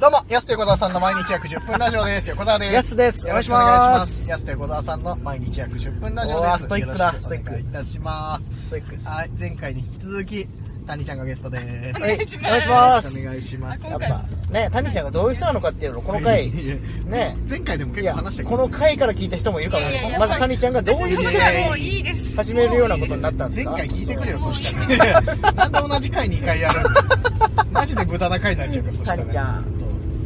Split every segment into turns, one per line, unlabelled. どうも、安手小沢さんの毎日約10分ラジオです。横澤です。
やすです
よろしくお願いし
お願
ま。
いしますす
安手小沢さんの毎日約10分ラジオ
う
で
わ
す。
ストイックだ
よろしく
ストイック
お願いいたします。
ストイックです。
はい、前回に引き続き、谷ちゃんがゲストです。
はい
よ
お願いし
ろ
ま
し
す。
くお願いします。
やっぱね、谷ちゃんがどういう人なのかっていうのをこの回、
いやいや
ね、
前回でも
い
結構
や
話した、けど
この回から聞いた人もいるかもしれない。まず谷ちゃんがどういう
い
こ
や
と
いやいや
で
もういいです。
始めるようなことになったんです
前
か
回聞いてくれよ、そしたら。なんで同じ回2回やるのマジで無駄な回になっちゃうから、そしたら。
谷ちゃん。
ん。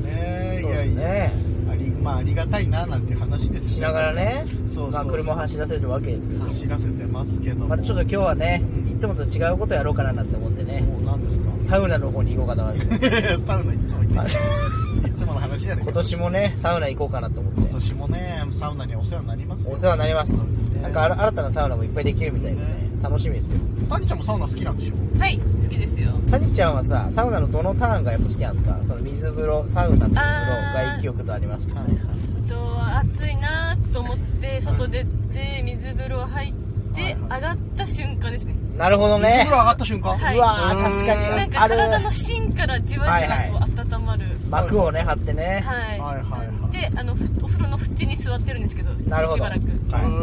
ねい
そう
や
です
いや、
ね。
あり、まあありがたいな、なんていう話ですよ
しながらね
そうそうそう、
まあ車を走らせるわけですけど。
走らせてますけども。
またちょっと今日はね
うん、
いつもと違うことやろうかななんて思ってね、
もう何ですか
サウナの方に行こうかな。今
サウナいつも行ってるいつもの話やで
年もね、サウナ行こうかなと思
今
って。
年もねサウナにお世話になりますよ
お世話になります
ね。
なんかあら新たなサウナもいっぱいできるみたいでね
ね、
楽しみですよ。
谷ちゃんもサウナ好きなんでしょ
はい、好きですよ。
谷ちゃんはさサウナのどのターンがやっぱ好きなんですかその水風呂サウナの水風呂外気浴とありますけど
はい
と暑いなと思って外出て水風呂入って上がった瞬間ですね。
なるほど
水
ね
風呂上がった瞬間、
はいう
わ
う
ー
ん
確か
なん
に
か
ある
体の芯からじわじわと温まる。
膜をね張ってね
はい。
はいはいはい
で、あのふお風呂の縁に座ってるんですけど、
なるほ
し
ど
ばらく。
う
は
その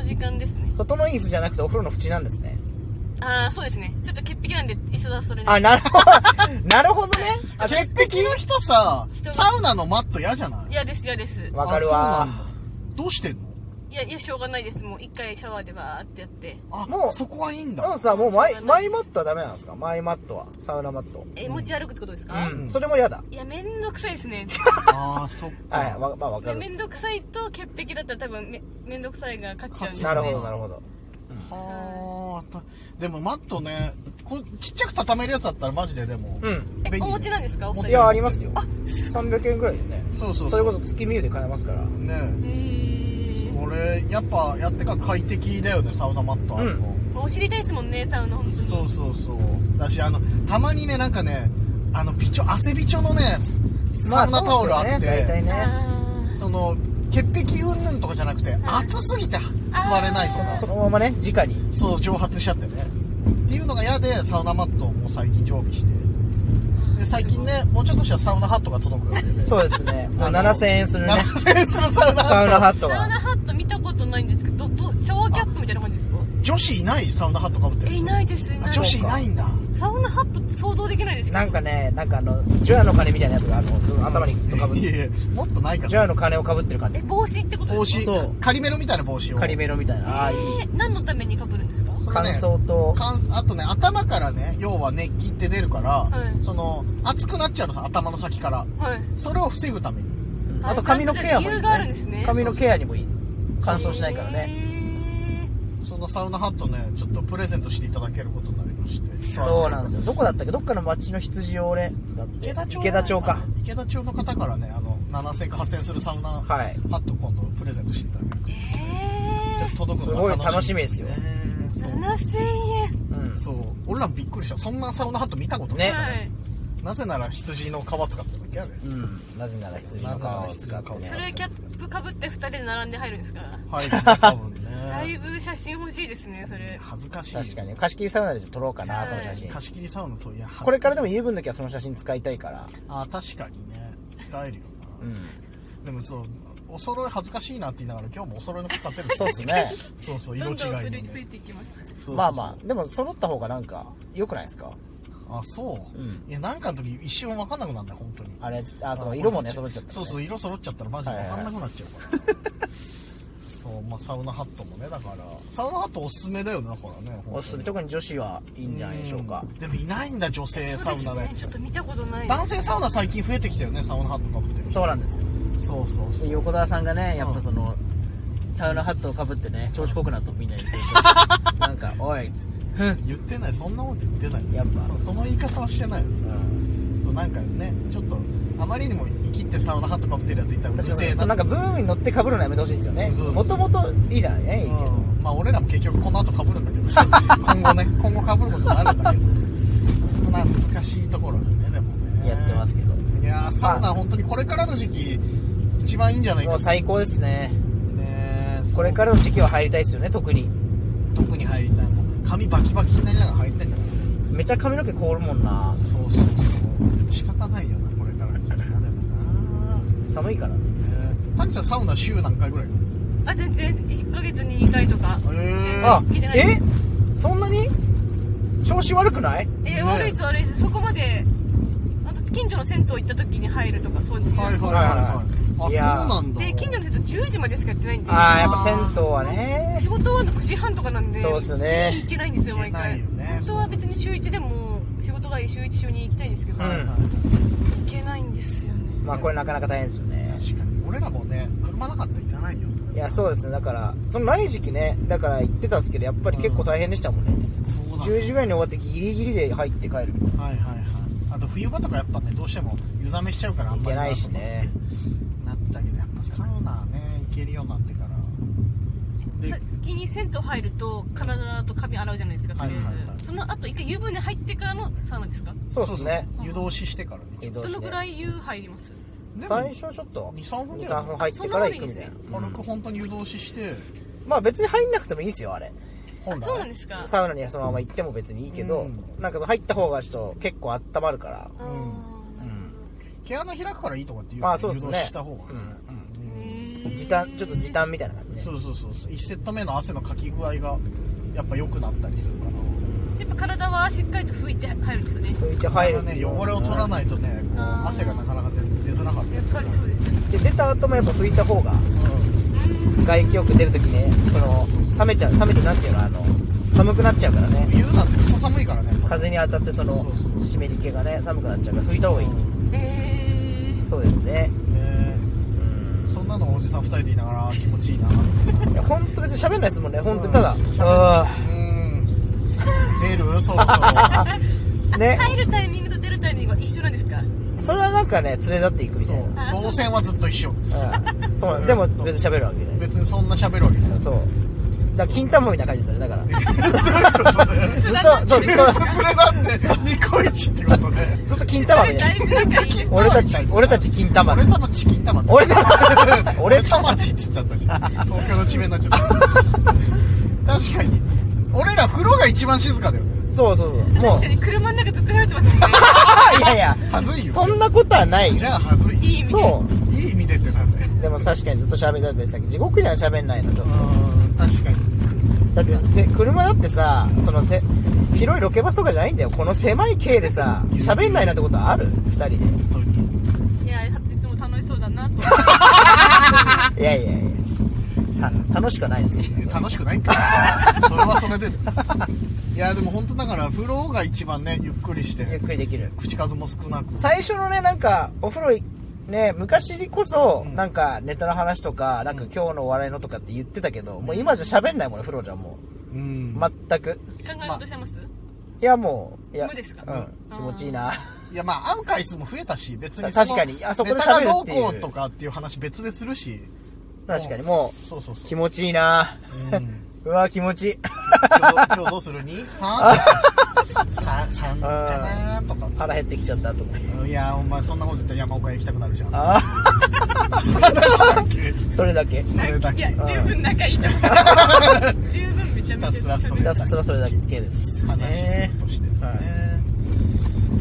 ーん
時間ですね
い。整い椅子じゃなくてお風呂の縁なんですね
ああ、そうですね。ちょっと潔癖なんで椅子はそれです。
あなるほど なるほどねあ
潔癖の人さ
人が
サウナのマット嫌じゃない
嫌です嫌です。
わかるわ
あそうなんだどうしてんの
いやいやしょうがないです。もう一回シャワーでバーってやって。
あも
も
う
う
そこはいいん
でも
だ
さもうマイマイマットはダメなんですかマイマットはサウナマット
え持ち歩くってことです
う
か？
んそれも嫌だ
いやめんどくさいですね。
あーそっか、
はいわまあわかるっ
めん
す
どくさいと潔癖だったら多分めめんどくさいが勝っちゃうんです
な
よ
る
ね
ほどなるほど
はあたでもマットねこうちっちゃく畳めるやつだったらマジででも、
うん
えお持ちなんですかお二人
いやありますよ300円ぐらいでね
そうそうそう
それこそ月見湯で買えますから
ね
へー
これやっぱやってから快適だよねサウナマットあるの、
う
もうお知りたいですもんねサウナ本当に
そうそうそうだしあのたまにねなんかねあのびちょ汗びちょのねサウナタオルあって、
そうですよね大体ね
あ
その潔癖うんぬんとかじゃなくて、暑すぎて座れないとか
そのままね直に
そう蒸発しちゃってねっていうのが嫌でサウナマットをもう最近常備してで最近ねもうちょっとしたらサウナハットが届くよね
そうです ねもう
あの
7000円するね
7000円するサウナ
サウナ
ハ
ハ
ット
ット
ーサウ
が
ナハット見たことないんですけどどどシャワーキャップみたいな感じですか
女子いないサウナハットかぶってる
えいないですいな
あ
い
女子いないんだ
サウナハットって想像できないですけ
なん
ど
かねなんかあの除夜の鐘みたいなやつがあるのずっと頭にずっとかぶっ
い
て
やいやもっとないか
除夜
ら
の鐘をかぶってる感じ
え
です
帽子ってこと
帽
ですか
子
そう
カリメロみたいな帽子を
カリメロみたいなああいい
えー何のためにかぶるんですか
その
乾
ね
燥と
乾あとね頭からね要は熱気って出るから、
はい
その熱くなっちゃうのさ頭の先から
はい
それを防ぐために
あと髪のケアもいい、
理由があるんですね
髪のケアにもいい乾燥しないからね
ね
そのサウナハットねちょっとプレゼントしていただけることになりまして
そうなんですよどこだったっけどっかの町の羊を俺使って
池田町
池田町か
池田町の方からねあの7000か8000するサウナハ
はい
ット今度プレゼントしていただける
え
ちょっと届くのが
すごい楽しみですよ
ね
ー
そう
7000円
うん
そう俺らもびっくりしたそんなサウナハット見たことない、
ね
はい
なぜなら羊の皮使っただけあれ
うんなぜなら羊の皮を使って
そ
ね
れキャップかぶって2人で並んで入るんですか
はい多分
だい
ね
ぶ写真欲しいですねそれ
恥ずかしい
確かに貸し切りサウナで撮ろうかなその写真
貸し切りサウナといや
これからでも油分の時はその写真使いたいから
あ確かにね使えるよ
う
な、
ん
でもそうお揃い恥ずかしいなって言いながら今日もお揃いの使ってる
そうっすね
そうそう色
ど
違
んどん
い
古
に、
いつい
ね、
ていきます
まあまあでも揃った方がなんか良くないですか
ああそう、
うん
いやなんかの時一瞬分かんなくなるんだよ本当に
あれあその色もね
こ
揃
れ
っちゃった、ね、
そうそう色揃っちゃったらマジで分かんなくなっちゃうから、そうまあサウナハットもねだからサウナハットおすすめだよねだからね
おすすめ
本
特に女子はいい
当に
んじゃないでしょうか
んでもいないんだ女性
そ
サ
うで
ウ
す
ナ
ね
ね
ちょっと見たことないです
男性サウナ最近増えてきたよねサウナハットかぶってる
そうなんですよ
そうそうそう
で横澤さんがねやっぱその、サウナハットをかぶってね調子こくなとみんなに言って るなんか「おい」っつって
言ってないそんなこと言ってない
やっぱ
そうその言い方はしてないよ、そうなんかねちょっとあまりにも生きってサウナハットかぶってるやついたらうるせえな
そうなんかブームに乗ってかぶるのやめてほしいですよね
そうそ
も
うそ
と
う
もとリーダーねいいけど
うんまあ俺らも結局この後かぶるんだけど今後ね今後かぶることになるんだけどまあ難しいところだねでもね
やってますけど
いやーサウナ本当にこれからの時期一番いいんじゃない
も
か
う最高ですね
ねそう
これからの時期は入りたいですよね特に
特に入りたいもんね髪バキバキになりながら入りたいんだか
めちゃ髪の毛凍るもんな
らそうそうそう仕方ないよなこれからの時期はね
寒いからね
谷さんサウナ週何回ぐらい
あ全然1ヶ月に2回とか
え
あ
聞いてない
えそんなに調子悪くない
えー悪いです悪いですそこまであと近所の銭湯行った時に入るとかそうです
はいはいはいはい
い
あ
や
そうなんだ
で近所の人と10時までしかやってないんで
ああやっぱ銭湯はね
仕事終わるの9時半とかなんで
そうっすね
行けないんですよ毎回
行けないよね
本当は別に週1でも仕事がいい週1週2行きたいんですけど、
う
はい
ん
行けないんですよね
まあこれなかなか大変ですよね
確かに俺らもね車なかったら行かないよ
いやそうですねだからそのない時期ねだから行ってたんですけどやっぱり結構大変でしたもんね、
そう
10時ぐらいに終わってギリギリで入って帰る
はいはいはいあと冬場とかやっぱねどうしても湯冷めしちゃうからあん
行
ま
け
り
ないし
と思って
ね
なってたけどやっぱサウナはね行けるようになってからで
先に銭湯入ると体と髪洗うじゃないですかとりあえず、
はいはいはい
その後一回湯船入ってからのサウナですか
そうっすね
そうそう湯通ししてからね
移動
ど
し
の
て
ぐらい湯入ります
でも
最初ちょっと
23分だよ
23分入ってから行くみたいな
そんなもんでいい
軽く本当に湯通しして
まあ別に入んなくてもいいですよあれ
本
そうなんですか
サウナにはそのまま行っても別にいいけど、
うん
なんかその入った方がちょっと結構温まるから、
あー
毛穴開くからいいとかっていう
まあそうっす
湯
ね
通しした方がね、うん
へー
時短ちょっと時短みたいな感じね
そうそうそうそう1セット目の汗のかき具合がやっぱ良くなったりするから
やっぱ体はしっかりと拭いて入るんですよね
拭いて入
ま
る
だね汚れを取ら
い
ないとねこう
あー
汗がなかなか出づらかった
やっぱりそうです
で
ね
出た後もやっぱ拭いた方が
う
外気浴出るときねその冷めちゃう冷めてなんていうのあの寒くなっちゃうからね
ん冬なんてクソ寒いからね
風に当たってその
そうそう
湿り気がね寒くなっちゃうから拭いた方がいい、
え
そうですね
ね
うん
そんなのおじさん2人で言いながらあー気持ちいいなーっつって
いや本当別に喋んないですもんね本当にただ、
うん
あ
うん出るそろそろ
ーね
入るタイミングと出るタイミングは一緒なんですか
それはなんかね連れ立っていくみた
そ
いな
う 動線はずっと一緒
うんそうでも別に喋るわけじゃない
別にそんな喋るわけじゃない
そうだから金玉みたいな感じですよ ねだからずっとそうずっと
それなんでニコイチってことで
ずっと金玉みた
だ
い
い
な
ぶ 仲いいです
俺たち俺たち金玉
俺たまち金玉って
俺たま
俺
俺
たまちっつっちゃったし東京の地名になっちゃった確かに俺ら風呂が一番静かだよね
そうそうそうも う
確かに車の中ずっと入ってますもんね
いやいや
はずいよ
そんなことはない
じ
よ
ゃあはずい
いい意味で
そ
いい意味でってなんだよ
うでも確かにずっと喋っててさっき地獄じゃ喋んないのちょっ
確かに
とだってせ車だってさそのせ広いロケバスとかじゃないんだよこの狭い径でさ喋んないなんてことある2人
本当に
いやいつも楽しそうだなと
でいやいやいやた楽しくはないですけどね
楽しくないからそれはそれでいやでも本当だから風呂が一番ねゆっくりし
ゆってくりできる
口数も少なく
最初のねなんかお風呂いね昔こそ、
うん
なんかネタの話とかなんか
うん
今日のお笑いのとかって言ってたけど、もう今じゃ喋んないもんね風呂じゃも
うん
う全く
考え事してます、
いやもういや
無ですか
うん、
あー
気持ちいいない
やまあ会う回数も増えたし別に
た確かにあそこで
ネタ
喋る
がど
っ
う
ていう
こうとかっていう話別でするし
確かにも
そうそう
う
そ
気
う
持ちいいな
うん
うわ気持ちいい
今日今日どうする 2?3?3 かなとか
腹減ってきちゃったと思う
いやお前そんなこと言ったら山岡へ行きたくなるじゃん
あ
話だけ
あそれだけひ
それだ け
いや十分仲いいと思 う十分めちゃめちゃ楽しみ
たすらそれだけです
話す
ね
るとしてね、
は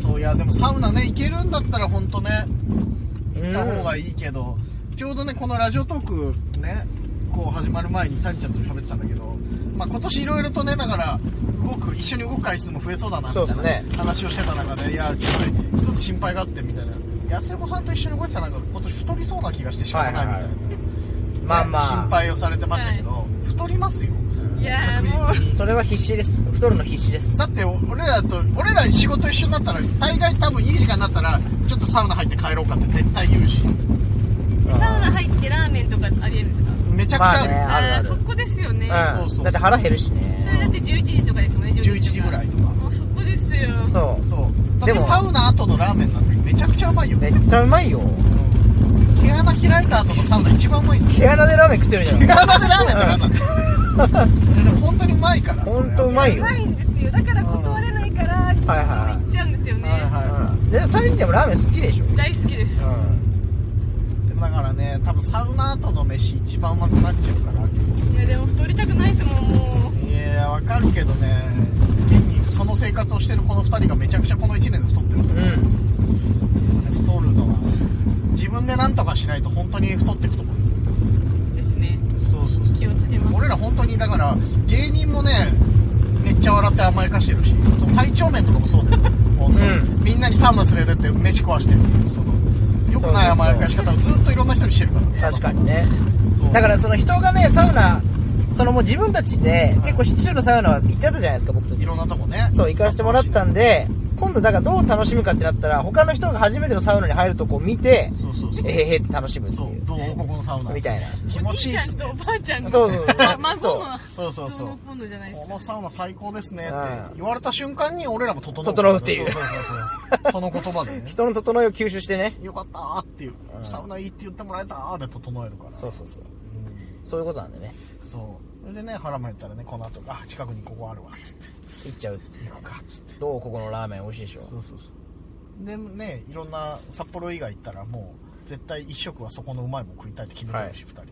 そういやでもサウナね行けるんだったら本当ね行った方がいいけど、ちょうどねこのラジオトークねこう始まる前に谷ちゃんと喋ってたんだけど、まあ、今年いろいろとねだから動く一緒に動く回数も増えそうだなみたい
そうです
な話をしてた中でいやちょっと一つ心配があってみたいな安子さんと一緒に動いてたらなんか今年太りそうな気がして仕方ないみたいな、
はいはいはいまあまあ
心配をされてましたけど、太りますよ
いや
確
もう
実に
それは必死です太るの必死です
だって俺らと俺ら仕事一緒になったら大概多分いい時間になったらちょっとサウナ入って帰ろうかって絶対言うし
サウナ入ってラーメンとかありえるんですか
めちゃくちゃある、
まあねあるある
ーそこですよね、
う
そう
ん
そうそう
だって腹減るし
そ
ね
れだって11時とかですもんね
11時ぐらいとか
もうそこですよ
そ
そうだって
でも
サウナ後のラーメンなんてめちゃくちゃうまいよ
うめっちゃうまいよ
毛穴開いた後のサウナ一番うまいんだよ
毛穴でラーメン食ってるじゃん
毛穴でラーメンってなんなんだよ いやでも本当にうまいからそれ
本当うまいよ。
ないんですよだから断れないから
はいは
行っちゃうんですよね、
はいは
うん。で、二人でもラーメン好きでしょ。
大好きで
ん。
す、
いでもだからね多分サウナ後の飯一番うまくなっちゃうから
いやでも太りたくないですもんも
いやわかるけどね現にその生活をしてるこの2人がめちゃくちゃこの1年で太ってるから、
うん。
太るのは自分分で何とかしないと本当に太っていくと思う
ですね
そうそう
気をつけます
俺ら本当にだから芸人もねめっちゃ笑って甘やかしてるしその体調面とかもそう だよ本当
う
みんなにサウナ連れてって飯壊してるその良くない甘やかし方をずっといろんな人にしてるから
確かにね
そう
だからその人がねサウナそのもう自分たちで結構市中のサウナは行っちゃったじゃないですか僕た
い
ち
ろんなとこね
そう行かせてもらった
ん
んで今度だからどう楽しむかってなったら他の人が初めてのサウナに入るとこを見て
そうそうそう
えへへって楽しむって
そ
いう
うどうここのサウナ
みたいな
気
お
持ち
じ
い
い
いっ
ちゃん
す
とおばあちゃんの
そうそう そう
孫の
そうそうそう
孫の今度じゃないです
こ
か
のサウナ最高ですねって
うん
言われた瞬間に俺らも整う
整うっていう
そうそうそうそうその言葉 でね
人の整いを吸収してね
よかったーっていう、サウナいいって言ってもらえたーで整えるから
そうそうそうそういうことなんでね
そうそれでね腹も減ったらねこの後あ近くにここあるわっつって
行っちゃう
行くかっつって
どうここのラーメン美味しいでしょ
そうそうそうでねいろんな札幌以外行ったらもう絶対一食はそこのうまいもん食いたいって決めてるし、二人で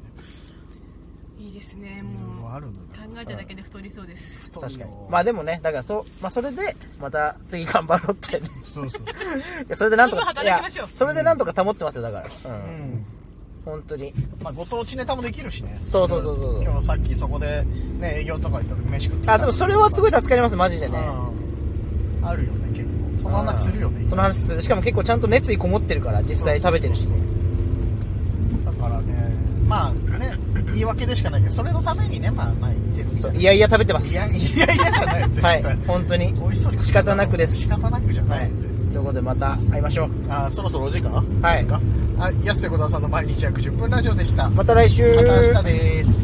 いいですね
いろい
も
ろ
う
あるんだ
考えただけで太りそうです
太
確
い
か
よ
にまあでもねだからそう、まあ、それでまた次頑張ろうってね
そうそう
い やそれでなんと
ちょっ
か
と働きましょう
いやそれでなんとか保ってますよだからうん、
うん
本当に
まあご当地ネタもできるしね
そうそうそうそう
今日さっきそこでね営業とか行った時飯食ってきた
あでもそれはすごい助かりますマジでね
うんあるよね結構その話するよね
その話するしかも結構ちゃんと熱意こもってるから実際食べてるし
そうそうそうだからねまあね言い訳でしかないけどそれのためにねまあまあ言ってるみたい
そう
ない
やいや食べてます
いやいやいやじゃないよ絶対、
はい本当に
美味しそうに食って
仕
た
方なくです
仕方なくじゃ
は
ないい、絶対
ということでまた会いましょう
あーそろそろお時間
はい
ですかあ安手小沢さんの毎日約10分ラジオでしたま
また来週
た明日です